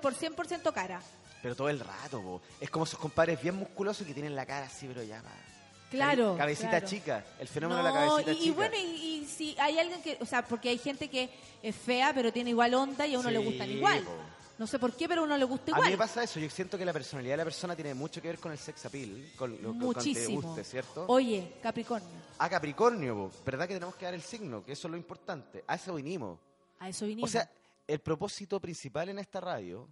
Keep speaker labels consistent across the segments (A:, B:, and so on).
A: por 100% cara.
B: Pero todo el rato, po. es como esos compadres bien musculosos que tienen la cara así, pero ya, pa.
A: Claro.
B: Cabecita
A: claro.
B: chica, el fenómeno
A: No,
B: de la cabecita
A: y, y
B: chica.
A: bueno, y, y si hay alguien que, o sea, porque hay gente que es fea, pero tiene igual onda y a uno le
B: Sí,
A: gustan igual.
B: po.
A: No sé por qué, pero a uno le gusta igual.
B: A mí me pasa eso, yo siento que la personalidad de la persona tiene mucho que ver con el sex appeal, con lo con- con que te
A: Muchísimo.
B: guste, ¿cierto?
A: Oye, Capricornio,
B: A Capricornio, po. ¿verdad que tenemos que dar el signo? Que eso es lo importante. A eso vinimos.
A: a eso vinimos.
B: O sea, el propósito principal en esta radio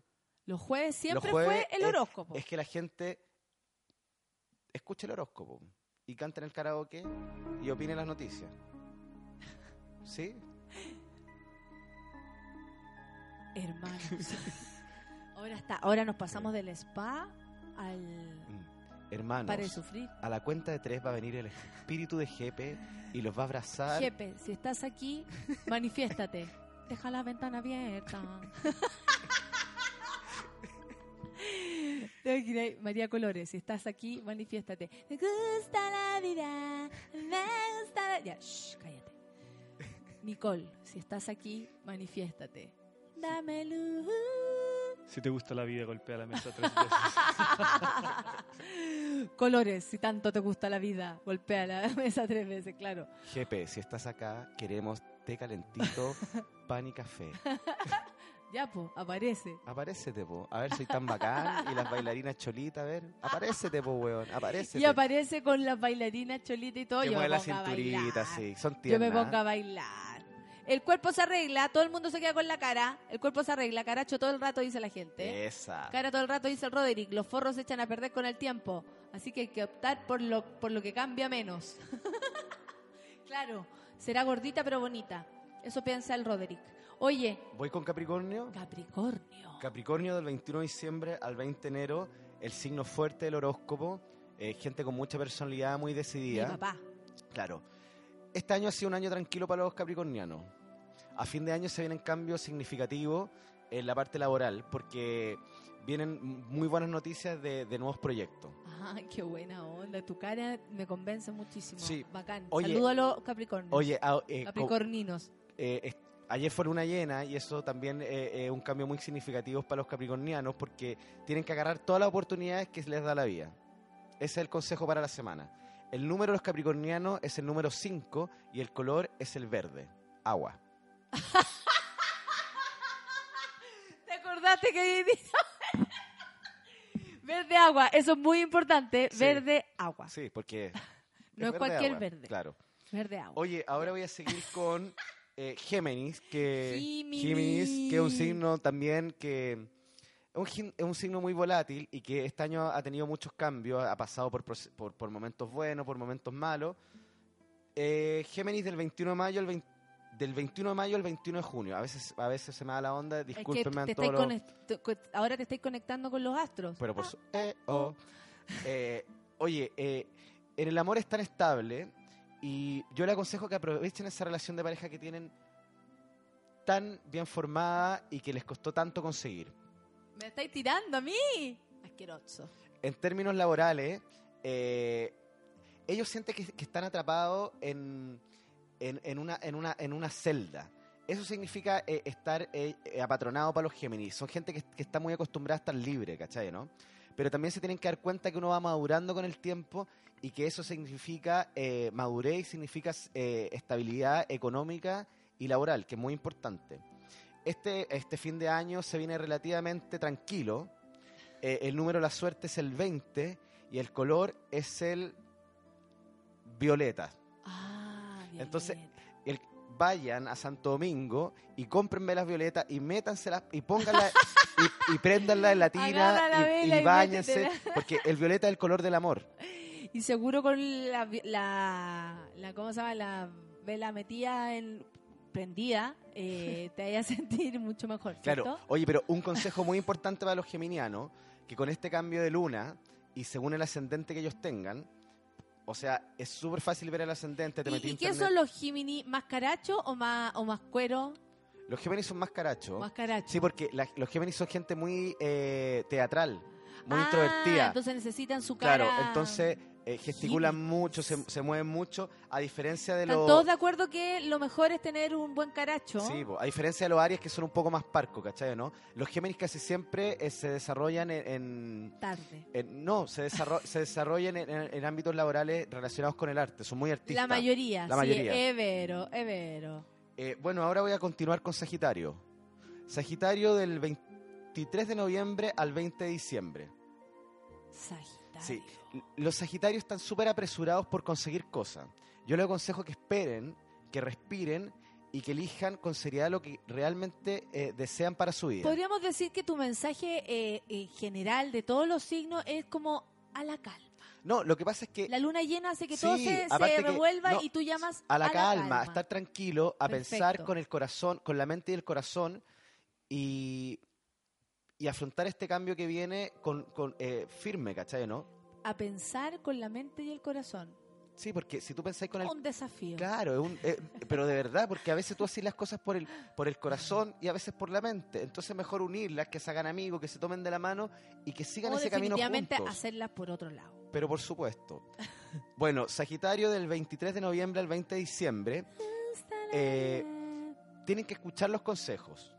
A: los jueves siempre
B: Los jueves
A: fue el
B: es-
A: horóscopo.
B: Es, que la gente escuche el horóscopo y cante en el karaoke y opine las noticias. ¿Sí?
A: Hermanos. ahora está, ahora nos pasamos del spa al
B: Mm. Hermanos,
A: para de sufrir.
B: a la cuenta de tres va a venir el espíritu de Jepe y los va a abrazar.
A: Jepe, si estás aquí, manifiéstate. Deja la ventana abierta. Te imaginas, María Colores, si estás aquí, manifiéstate. Me gusta la vida, me gusta la... Ya, shh, cállate. Nicole, si estás aquí, manifiéstate. Dame luz.
C: Si te gusta la vida, golpea la mesa tres veces.
A: Colores, si tanto te gusta la vida, golpea la mesa tres veces, claro.
B: Jepe, si estás acá, queremos té calentito, pan y café.
A: Ya, po, aparece.
B: Aparécete, po. A ver, soy tan bacán. Y las bailarinas cholitas, a ver. Aparécete, po, weón. Aparécete.
A: Y aparece con las bailarinas cholitas y todo.
B: Que
A: yo
B: mueve
A: me
B: la
A: pongo a
B: cinturita,
A: bailar.
B: sí. Son
A: Yo
B: tiernas.
A: me pongo a bailar. El cuerpo se arregla, todo el mundo se queda con la cara. El cuerpo se arregla, caracho todo el rato, dice la gente.
B: Esa.
A: Cara todo el rato, dice el Roderick. Los forros se echan a perder con el tiempo. Así que hay que optar por lo, por lo que cambia menos. claro, será gordita pero bonita. Eso piensa el Roderick. Oye,
B: Voy con Capricornio.
A: Capricornio.
B: Capricornio del 21 de diciembre al 20 de enero, el signo fuerte del horóscopo, eh, gente con mucha personalidad, muy
A: Mi
B: decidida.
A: papá.
B: Claro. Este año ha sido un año tranquilo para los capricornianos. A fin de año se vienen cambios significativos en la parte laboral, porque vienen muy buenas noticias de, de nuevos proyectos.
A: Ah, qué buena onda. Tu cara me convence muchísimo.
B: Sí.
A: Bacán.
B: Oye-
A: Saludo a los Capricornios.
B: Oye, ah, eh, co-
A: Capricorninos.
B: eh, es- ayer fue luna llena y eso también eh, es un cambio muy significativo para los capricornianos porque tienen que agarrar todas las oportunidades que les da la vida. Ese es el consejo para la semana. El número de los capricornianos es el número 5 y el color es el verde, agua.
A: ¿Te acordaste que dice- Verde agua, eso es muy importante.
B: Sí.
A: Verde agua.
B: Sí, porque...
A: No es cualquier
B: agua,
A: verde.
B: Claro.
A: Verde agua.
B: Oye, ahora voy a seguir con eh, Géminis, que
A: Géminis.
B: Géminis, que es un signo también que es un, gin- es un signo muy volátil y que este año ha tenido muchos cambios, ha pasado por, proce- por, por momentos buenos, por momentos malos. Eh, Géminis del 21 de mayo al 20 del 21 de mayo al 21 de junio. A veces a veces se me da la onda,
A: es que
B: discúlpenme
A: te
B: a
A: estáis
B: todos los-
A: conect- co- ahora te estáis conectando con los astros. Ah,
B: pero por su- eh, oh. Eh, oye, eh, en el amor es tan estable y yo le aconsejo que aprovechen esa relación de pareja que tienen tan bien formada y que les costó tanto conseguir.
A: Me estáis tirando a mí. Asqueroso.
B: En términos laborales, eh, ellos sienten que, que están atrapados en, en- en una, en, una, en una celda. Eso significa eh, estar eh, eh, apatronado para los Géminis. Son gente que, que está muy acostumbrada a estar libre, ¿cachai? ¿no? Pero también se tienen que dar cuenta que uno va madurando con el tiempo y que eso significa eh, madurez y significa eh, estabilidad económica y laboral, que es muy importante. Este, este fin de año se viene relativamente tranquilo. Eh, el número de la suerte es el 20 y el color es el violeta.
A: Ah, bien.
B: Entonces, El- vayan a Santo Domingo y compren velas violetas y métanselas y pónganlas y, y préndanlas en la
A: Agarra la
B: tina y- y,
A: vela y
B: báñense.
A: métetela.
B: Porque el violeta es el color del amor.
A: y seguro con la, vi- la, la- ¿cómo se llama? La vela metida en prendida, eh, te vaya a sentir mucho mejor.
B: Claro.
A: ¿cierto?
B: Oye, pero un consejo muy importante para los geminianos, que con este cambio de luna y según el ascendente que ellos tengan, o sea, es súper fácil ver el ascendente, te metí
A: ¿Y, y
B: en
A: qué son los Gemini? ¿Más caracho o más, o más cuero?
B: Los Géminis son más carachos.
A: Más caracho.
B: Sí, porque la- los Géminis son gente muy eh, teatral. muy
A: Ah,
B: introvertida.
A: Entonces necesitan su cara.
B: claro, entonces eh, gesticulan mucho, se, se mueven mucho, a diferencia de
A: Están
B: los...
A: todos de acuerdo que lo mejor es tener un buen caracho.
B: Sí, po, a diferencia de los Aries que son un poco más parcos, ¿cachai? o ¿no? Los Géminis casi siempre eh, se desarrollan en- en,
A: Tarde.
B: Eh, no, se, desarro- se desarrollan en, en- en ámbitos laborales relacionados con el arte, son muy artistas.
A: La mayoría.
B: La
A: sí,
B: mayoría.
A: Evero, Evero.
B: Eh, bueno, ahora voy a continuar con Sagitario. Sagitario del 23 de noviembre al 20 de diciembre.
A: Sagitario.
B: Sí, L- los Sagitarios están súper apresurados por conseguir cosas. Yo les aconsejo que esperen, que respiren y que elijan con seriedad lo que realmente eh, desean para su vida.
A: Podríamos decir que tu mensaje eh, eh, general de todos los signos es como a la calma.
B: No, lo que pasa es que
A: La luna llena hace que
B: Eh, Sí,
A: todo se,
B: aparte
A: se
B: que-
A: revuelva
B: no,
A: y tú llamas
B: a la, calma, a
A: calma.
B: estar tranquilo, a pensar
A: Perfecto.
B: con el corazón, con la mente y el corazón y, y afrontar este cambio que viene con, con, eh, firme, ¿cachai? ¿No?
A: A pensar con la mente y el corazón.
B: Sí, porque si tú pensáis con el...
A: Un desafío.
B: Claro, es un- eh, pero de verdad, porque a veces tú haces las cosas por el, por el corazón y a veces por la mente. Entonces mejor unirlas, que se hagan amigos, que se tomen de la mano y que sigan
A: o
B: ese camino
A: Oh, definitivamente
B: juntos.
A: hacerlas por otro lado.
B: Pero por supuesto. Bueno, Sagitario del 23 de noviembre al 20 de diciembre. Eh, tienen que escuchar los consejos.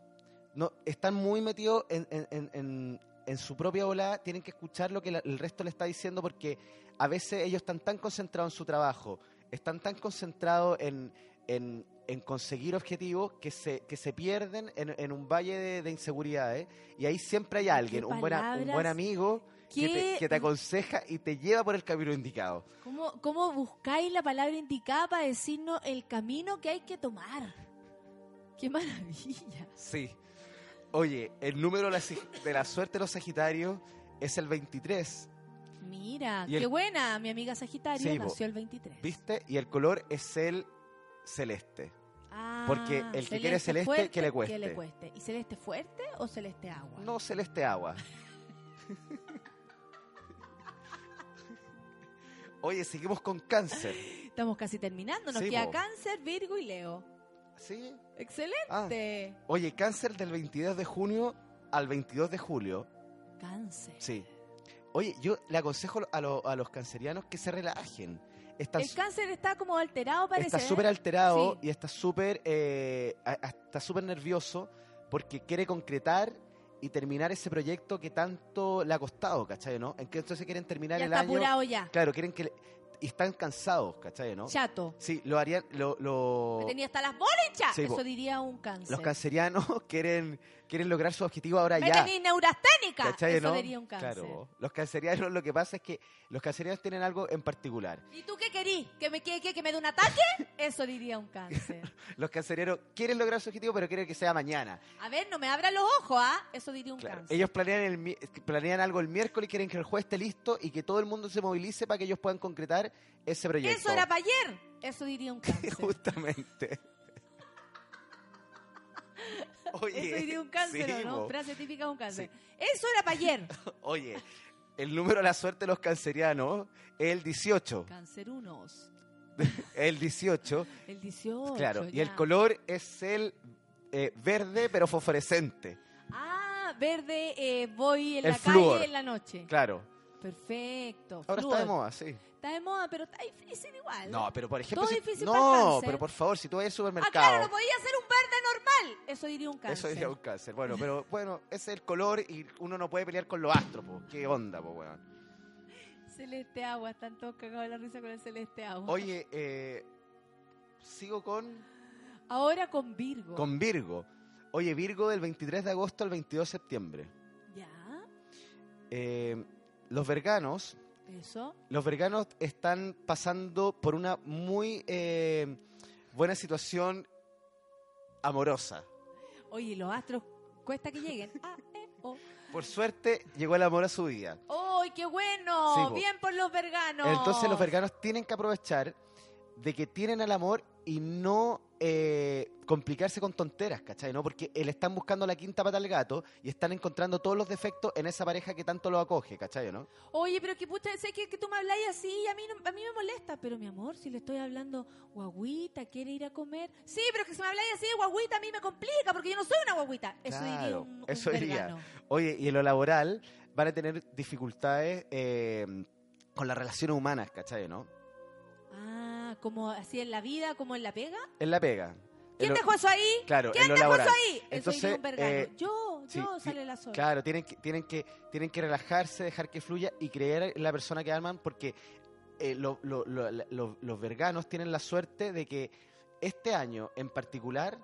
B: No, están muy metidos en, en- en- en- en su propia ola, tienen que escuchar lo que la- el resto le está diciendo porque a veces ellos están tan concentrados en su trabajo, están tan concentrados en, en- en conseguir objetivos que se, que se pierden en, en un valle de, de inseguridades y ahí siempre hay
A: ¿Qué
B: alguien, un, buena- un buen
A: palabras?
B: amigo
A: ¿Qué-
B: que te, que te aconseja y te lleva por el camino indicado.
A: ¿Cómo, ¿Cómo buscáis la palabra indicada para decirnos el camino que hay que tomar? ¡Qué maravilla!
B: Sí. Oye, el número de la si- de la suerte de los Sagitarios es el 23.
A: Mira,
B: Y
A: qué
B: el-
A: buena. Mi amiga Sagitario
B: Sí, po.
A: nació el 23.
B: ¿Viste? Y el color es el celeste.
A: Ah,
B: Porque el que quiere celeste,
A: fuerte,
B: que le
A: Que le
B: cueste.
A: cueste. ¿Y celeste fuerte o celeste agua?
B: No celeste agua. Oye, seguimos con cáncer.
A: Estamos casi terminando. Nos
B: Sí,
A: queda
B: po.
A: cáncer, Virgo y Leo.
B: ¿Sí? Ah.
A: ¡Excelente!
B: Oye, cáncer del 22 de junio al 22 de julio.
A: Cáncer.
B: Sí. Oye, yo le aconsejo a, lo- a los cancerianos que se relajen. Están
A: El cáncer está como alterado, parece.
B: está
A: ¿eh?
B: súper alterado
A: Sí.
B: y está súper eh, a- a- está súper nervioso porque quiere concretar y terminar ese proyecto que tanto le ha costado, ¿cachai? ¿no? En que entonces quieren terminar
A: Ya
B: el
A: está
B: año.
A: apurado ya.
B: Claro, quieren que le- y están cansados, ¿cachai? ¿no?
A: Chato.
B: Sí, lo harían lo, lo-
A: Me tenía hasta las bolas hincha.
B: Sí, po.
A: Eso diría un cáncer.
B: los cancerianos quieren quieren lograr su objetivo ahora
A: Me
B: ya.
A: tenéis neurasténica.
B: ¿Cachai,
A: Eso
B: no?
A: diría un cáncer.
B: Claro, los cancerianos lo que pasa es que los cancerianos tienen algo en particular.
A: ¿Y tú qué querís? ¿Que me, que, que- que me dé un ataque? Eso diría un cáncer.
B: Los cancerianos quieren lograr su objetivo, pero quieren que sea mañana.
A: A ver, no me abran los ojos, ¿ah? Eso diría un
B: Claro.
A: cáncer.
B: Ellos planean, el, mi- planean algo el miércoles, quieren que el juez esté listo y que todo el mundo se movilice para que ellos puedan concretar ese proyecto.
A: Eso era para ayer. Eso diría un cáncer.
B: Justamente. Oye,
A: Eso diría un cáncer,
B: sí,
A: ¿o ¿no?
B: po.
A: Frase típica de un cáncer. Eso era para ayer.
B: Oye, el número de la suerte de los cancerianos es el 18.
A: Cáncer unos.
B: El 18,
A: El 18.
B: claro. Y
A: ya.
B: el color es el eh, verde, pero fosforescente.
A: Ah, verde, eh, voy en
B: El
A: la
B: flúor.
A: calle en la noche.
B: Claro.
A: Perfecto.
B: Ahora
A: flúor.
B: está de moda, sí.
A: Está de moda, pero está difícil igual.
B: No, pero por ejemplo.
A: Todo
B: si-
A: difícil para el
B: no,
A: cáncer.
B: pero por favor, si tú vas al
A: Ah,
B: supermercado.
A: claro, lo podía hacer un verde normal. Eso diría un cáncer.
B: Eso diría un cáncer. Bueno, pero bueno, ese es el color y uno no puede pelear con los astros, po. ¿Qué onda, po, weón?
A: Celeste agua, están todos cagados de la risa con el celeste agua.
B: Oye, eh, sigo con,
A: Ahora con Virgo.
B: con Virgo. Oye, Virgo del 23 de agosto al 22 de septiembre.
A: Ya,
B: Eh, los verganos,
A: eso.
B: los verganos están pasando por una muy eh, buena situación amorosa.
A: Oye, los astros cuesta que lleguen. Ah, eh, oh.
B: Por suerte, llegó el amor a su vida.
A: ¡Ay, qué bueno!
B: Sí, po.
A: Bien por los verganos.
B: Entonces los verganos tienen que aprovechar de que tienen al amor y no eh, complicarse con tonteras, ¿cachai? ¿No? Porque eh, le están buscando la quinta pata al gato y están encontrando todos los defectos en esa pareja que tanto lo acoge, ¿cachai? ¿No?
A: Oye, pero que puta, sé que, que tú me habláis así y a mí, no- a mí me molesta. Pero mi amor, si le estoy hablando guaguita, quiere ir a comer. Sí, pero que si me habláis así de guaguita a mí me complica porque yo no soy una guaguita. Eso diría
B: Claro,
A: un, un
B: eso diría.
A: vergano.
B: Oye, y en lo laboral, van a tener dificultades eh, con las relaciones humanas, ¿cachai? ¿No?
A: Ah, como así en la vida, como en la pega.
B: En la pega.
A: ¿Quién
B: En lo-
A: dejó eso ahí?
B: Claro, en
A: ¿Quién
B: lo
A: dejó
B: laboral.
A: eso ahí?
B: Entonces,
A: eso diría un vergano.
B: eh,
A: yo,
B: sí,
A: yo
B: sí,
A: sale la sola.
B: Claro, tienen que, tienen que, tienen que relajarse, dejar que fluya y creer en la persona que aman, porque eh, lo- lo- lo- la- lo- los verganos tienen la suerte de que este año en particular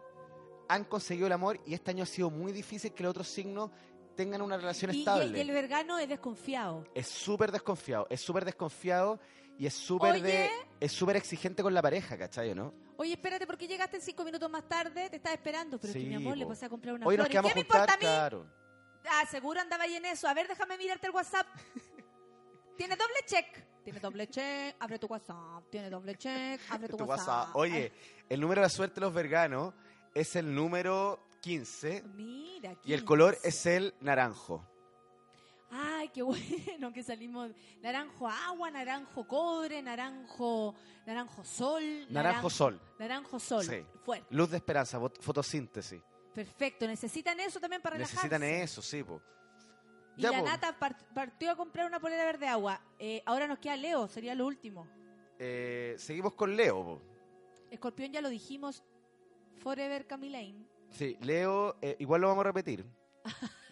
B: han conseguido el amor y este año ha sido muy difícil que los otros signos tengan una
A: Y-
B: relación
A: y,
B: estable.
A: y el vergano es desconfiado.
B: Es súper desconfiado, es súper desconfiado y es súper
A: Oye.
B: de- es súper exigente con la pareja, ¿cachai? o ¿no?
A: Oye, espérate, porque llegaste cinco minutos más tarde, te estaba esperando. Pero es que
B: Sí,
A: mi amor, le
B: po.
A: pasé a comprar una
B: Hoy nos
A: flor. ¿Y
B: quedamos
A: qué me
B: juntar,
A: importa a mí?
B: claro.
A: Ah, seguro andaba ahí en eso. A ver, déjame mirarte el WhatsApp. Tiene doble check. Tiene doble check, abre tu WhatsApp. Tiene doble check, abre tu,
B: Tu WhatsApp. Oye, el número de la suerte de los verganos es el número 15
A: Ay, mira.
B: y el color
A: 15.
B: es el naranjo.
A: Ay, qué bueno que salimos. Naranjo agua, naranjo cobre, naranjo, naranjo sol.
B: Naranjo, sol,
A: Naranjo sol.
B: Sí.
A: Fuerte.
B: luz de esperanza, vot- fotosíntesis.
A: Perfecto. Necesitan eso también para relajarse.
B: Necesitan eso, sí, po.
A: Y
B: Ya,
A: la
B: po.
A: nata par- partió a comprar una polera verde agua. Eh, ahora nos queda Leo, sería lo último.
B: Eh, seguimos con Leo. po.
A: Escorpión ya lo dijimos. Forever Camilain.
B: Sí, Leo, eh, igual lo vamos a repetir.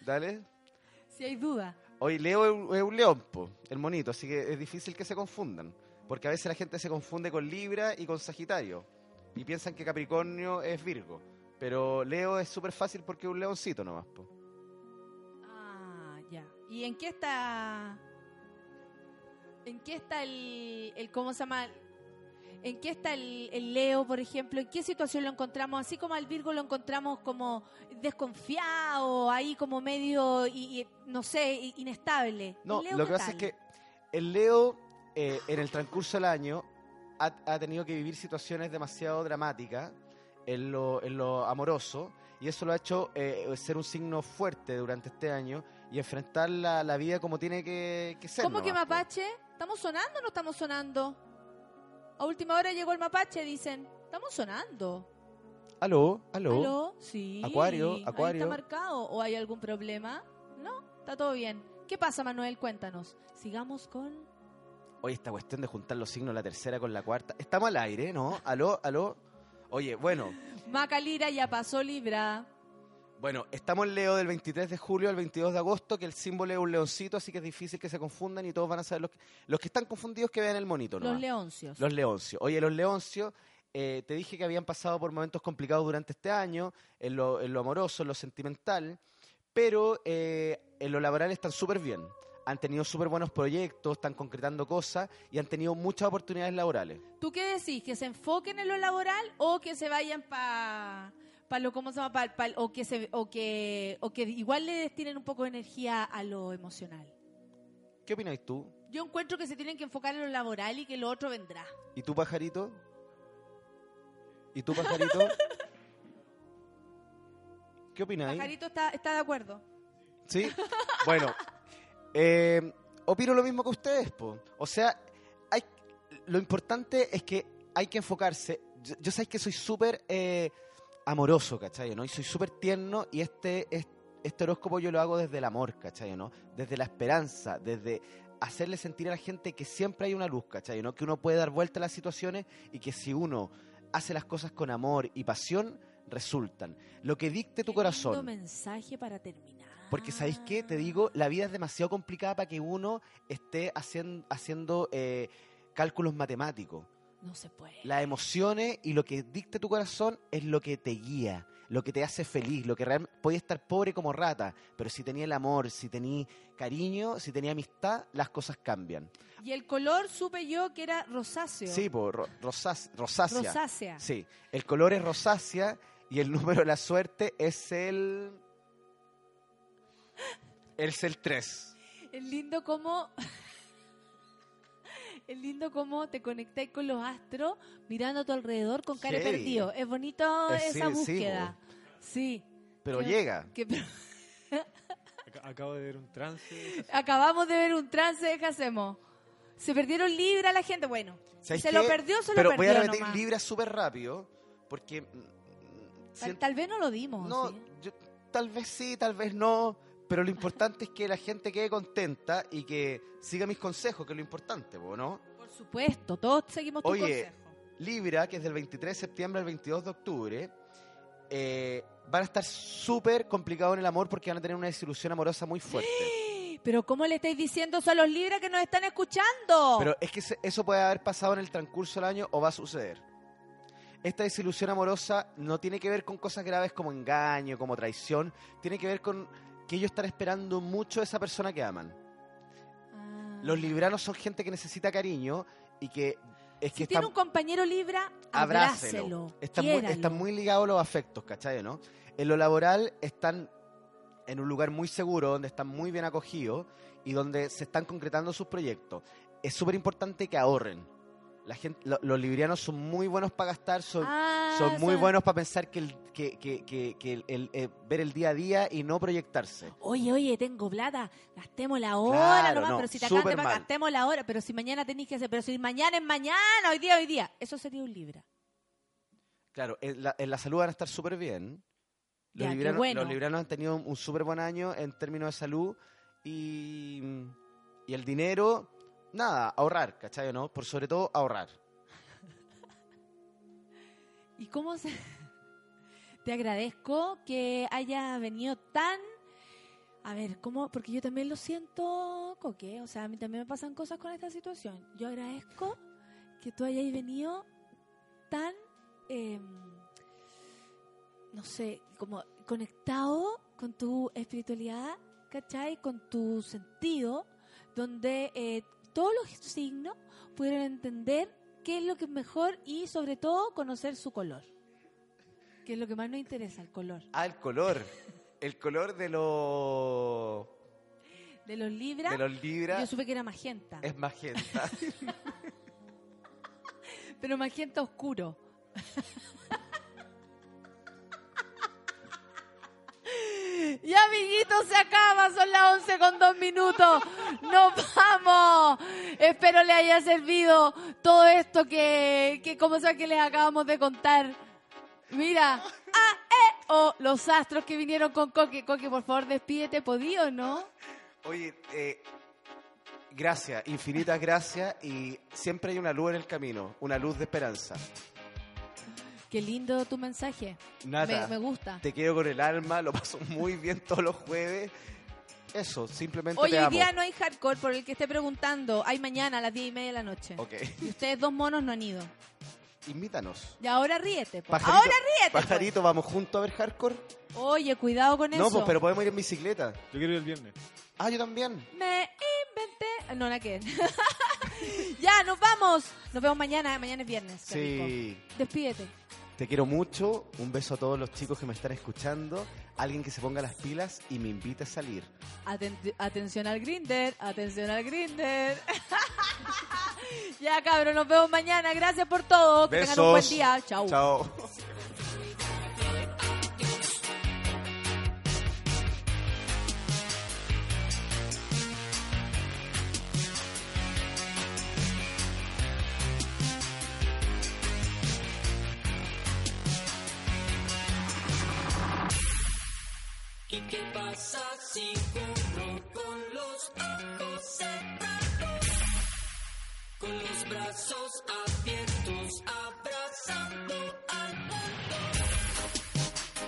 B: Dale.
A: Si hay duda.
B: Hoy Leo es un- es un león, po, el monito, así que es difícil que se confundan. Porque a veces la gente se confunde con Libra y con Sagitario. Y piensan que Capricornio es Virgo. Pero Leo es súper fácil porque es un leoncito nomás. po.
A: Ah, ya. ¿Y en qué está? ¿En qué está el, el- cómo se llama? ¿En qué está el, el Leo, por ejemplo? ¿En qué situación lo encontramos? Así como al Virgo lo encontramos como desconfiado, ahí como medio, y, y, no sé, i- inestable.
B: No,
A: ¿El Leo
B: lo
A: qué
B: que pasa
A: tal?
B: es que el Leo, eh, en el transcurso del año, ha, ha tenido que vivir situaciones demasiado dramáticas en lo, en lo amoroso. Y eso lo ha hecho eh, ser un signo fuerte durante este año y enfrentar la, la vida como tiene que, que ser.
A: ¿Cómo que
B: nomás, po.
A: mapache? ¿Estamos sonando o no estamos sonando? A última hora llegó el mapache, dicen. Estamos sonando.
B: Aló, aló.
A: ¿Aló? Sí.
B: Acuario,
A: Ahí
B: Acuario.
A: ¿Está marcado o hay algún problema? No, está todo bien. ¿Qué pasa, Manuel? Cuéntanos. Sigamos con...
B: Oye, esta cuestión de juntar los signos, la tercera con la cuarta. Estamos al aire, ¿no? Aló, aló. Oye, bueno,
A: Macalira ya pasó Libra.
B: bueno, estamos en Leo del 23 de julio al 22 de agosto, que el símbolo es un leoncito, así que es difícil que se confundan y todos van a saber. Los que, los que están confundidos que vean el monito, ¿no?
A: Los leoncios.
B: Los leoncios. Oye, los leoncios, eh, te dije que habían pasado por momentos complicados durante este año, en lo, en lo amoroso, en lo sentimental, pero eh, en lo laboral están súper bien. Han tenido súper buenos proyectos, están concretando cosas y han tenido muchas oportunidades laborales.
A: ¿Tú qué decís? ¿Que se enfoquen en lo laboral o que se vayan para... lo, ¿Cómo se llama? Pa- pa- o, que se, o, que, o que igual le destinen un poco de energía a lo emocional.
B: ¿Qué opinas tú?
A: Yo encuentro que se tienen que enfocar en lo laboral y que lo otro vendrá.
B: ¿Y tú, pajarito? ¿Y tú, pajarito? ¿Qué opináis?
A: Pajarito está, está de acuerdo.
B: ¿Sí? Bueno, eh, opino lo mismo que ustedes, po. O sea, hay, lo importante es que hay que enfocarse. Yo, yo sabéis que soy súper eh, amoroso, ¿cachai? ¿no? Y soy súper tierno y este, es- este horóscopo yo lo hago desde el amor, ¿cachai? ¿no? Desde la esperanza, desde hacerle sentir a la gente que siempre hay una luz, ¿cachai? ¿no? Que uno puede dar vuelta a las situaciones y que si uno hace las cosas con amor y pasión, resultan. Lo que dicte tu
A: Qué
B: corazón.
A: lindo mensaje para terminar.
B: Porque sabéis qué, te digo, la vida es demasiado complicada para que uno esté hacien- haciendo eh, cálculos matemáticos.
A: No se puede.
B: Las emociones y lo que dicta tu corazón es lo que te guía, lo que te hace feliz, lo que realmente podías estar pobre como rata, pero si tenía el amor, si tenía cariño, si tenía amistad, las cosas cambian.
A: Y el color supe yo que era rosáceo.
B: Sí, po, ro- rosas- rosácea.
A: Rosácea.
B: Sí, el color es rosácea y el número de la suerte es el... Es el 3.
A: Es lindo como. es lindo como te conectáis con los astros mirando a tu alrededor con cara de
B: Heavy.
A: perdido. Es bonito
B: Eh, sí,
A: esa
B: sí,
A: búsqueda. Sí.
B: Pero
A: Qué-
B: llega.
A: que-
C: Ac- Acabo de ver un trance.
A: acabamos de ver un trance, ¿qué hacemos? Se perdieron libra la gente. Bueno, si
B: ¿Sabes
A: se lo
B: qué?
A: perdió, se
B: Pero
A: lo perdió.
B: voy a repetir
A: nomás.
B: Libra súper rápido, porque... mm,
A: tal,
B: siento-
A: tal vez no lo dimos.
B: no,
A: ¿sí?
B: yo- tal vez sí, tal vez no, Pero lo importante es que la gente quede contenta y que siga mis consejos, que es lo importante, po, ¿no?
A: Por supuesto, todos seguimos tu
B: Oye.
A: consejo.
B: Libra, que es del 23 de septiembre al 22 de octubre, eh, van a estar súper complicados en el amor porque van a tener una desilusión amorosa muy fuerte.
A: Pero ¿cómo le estáis diciendo eso a los libres que nos están escuchando?
B: Pero es que se- eso puede haber pasado en el transcurso del año o va a suceder. Esta desilusión amorosa no tiene que ver con cosas graves como engaño, como traición, tiene que ver con que ellos están esperando mucho de esa persona que aman.
A: Ah.
B: Los libranos son gente que necesita cariño y que es
A: si
B: que
A: tiene
B: están-
A: un compañero libra,
B: abrácelo.
A: abrácelo.
B: Están muy,
A: quiéralo.
B: están muy ligados los afectos, ¿cachai? ¿no? En lo laboral están en un lugar muy seguro, donde están muy bien acogidos y donde se están concretando sus proyectos. Es súper importante que ahorren. La gente, lo- los librianos son muy buenos para gastar, son,
A: Ah,
B: son muy
A: son-
B: buenos para pensar que, el- que, que- que- que el- el- eh, ver el día a día y no proyectarse.
A: Oye, oye, tengo plata, gastémosla ahora
B: Claro,
A: nomás,
B: no,
A: pero si te acaban de
B: súper
A: pagar,
B: mal.
A: gastémosla ahora, pero si mañana tenéis que hacer, pero si mañana es mañana, hoy día, hoy día. Eso sería un libra.
B: Claro, en la, en la salud van a estar súper bien. Los,
A: Ya, qué
B: libranos,
A: bueno.
B: los libranos han tenido un, súper buen año en términos de salud y, y el dinero, nada, ahorrar, ¿cachai o no? Por sobre todo ahorrar.
A: ¿Y cómo se.? Te agradezco que haya venido tan. A ver, ¿cómo? Porque yo también lo siento, Coque. O sea, a mí también me pasan cosas con esta situación. Yo agradezco que tú hayas venido tan. eh, no sé, como conectado con tu espiritualidad, ¿cachai? Con tu sentido, donde eh, todos los signos pudieron entender qué es lo que es mejor y sobre todo conocer su color. Que es lo que más nos interesa, el color.
B: Ah, el color. El color de los
A: De los libras,
B: de los libras
A: yo supe que era magenta,
B: es magenta.
A: pero magenta oscuro. Y amiguitos, se acaba, son las 11 con 2 minutos. ¡Nos vamos! Espero les haya servido todo esto que, que como sea que les acabamos de contar. Mira, ah, eh, oh, los astros que vinieron con Coque. Coque, por favor, despídete, ¿podí o no?
B: Oye, eh, gracias, infinitas gracias y siempre hay una luz en el camino, una luz de esperanza.
A: Qué lindo tu mensaje.
B: Nada.
A: Me, me gusta.
B: Te quiero con el alma, lo paso muy bien todos los jueves. Eso, simplemente te
A: Oye, hoy
B: amo.
A: día no hay hardcore por el que esté preguntando. Hay mañana a las 10 y media de la noche.
B: Ok,
A: Y ustedes dos monos no han ido.
B: invítanos.
A: Y ahora ríete. po.
B: Pajarito,
A: ahora ríete. po.
B: Pajarito, ¿vamos juntos a ver hardcore?
A: Oye, cuidado con
B: No,
A: eso.
B: pues, pero podemos ir en bicicleta.
C: Yo quiero ir el viernes.
B: Ah, yo también.
A: Me inventé. No, la que. ya, nos vamos. Nos vemos mañana. Mañana es viernes. qué rico.
B: Sí.
A: Despídete.
B: Te quiero mucho. Un beso a todos los chicos que me están escuchando. Alguien que se ponga las pilas y me invite a salir.
A: Aten- atención al grinder, atención al grinder. ya, cabrón, nos vemos mañana. Gracias por todo. Que tengan un buen
B: Besos.
A: día. Chau.
B: Chao.
D: ¿Y qué pasa si corro con los ojos cerrados? Con los brazos abiertos, abrazando al mundo.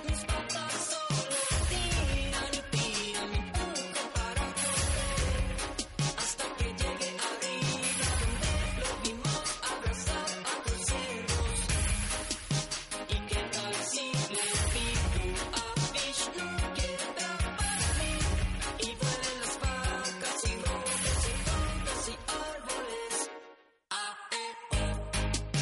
D: Mis patas solo tiran y tiran, me empujan para correr. Hasta que llegue arriba, donde lo vimos abrazar a tus cielos. ¿Y qué tal si le pido a Vishnu que trabaje? Y vuelen las vacas y rocas y rondas y árboles. Ah, eh,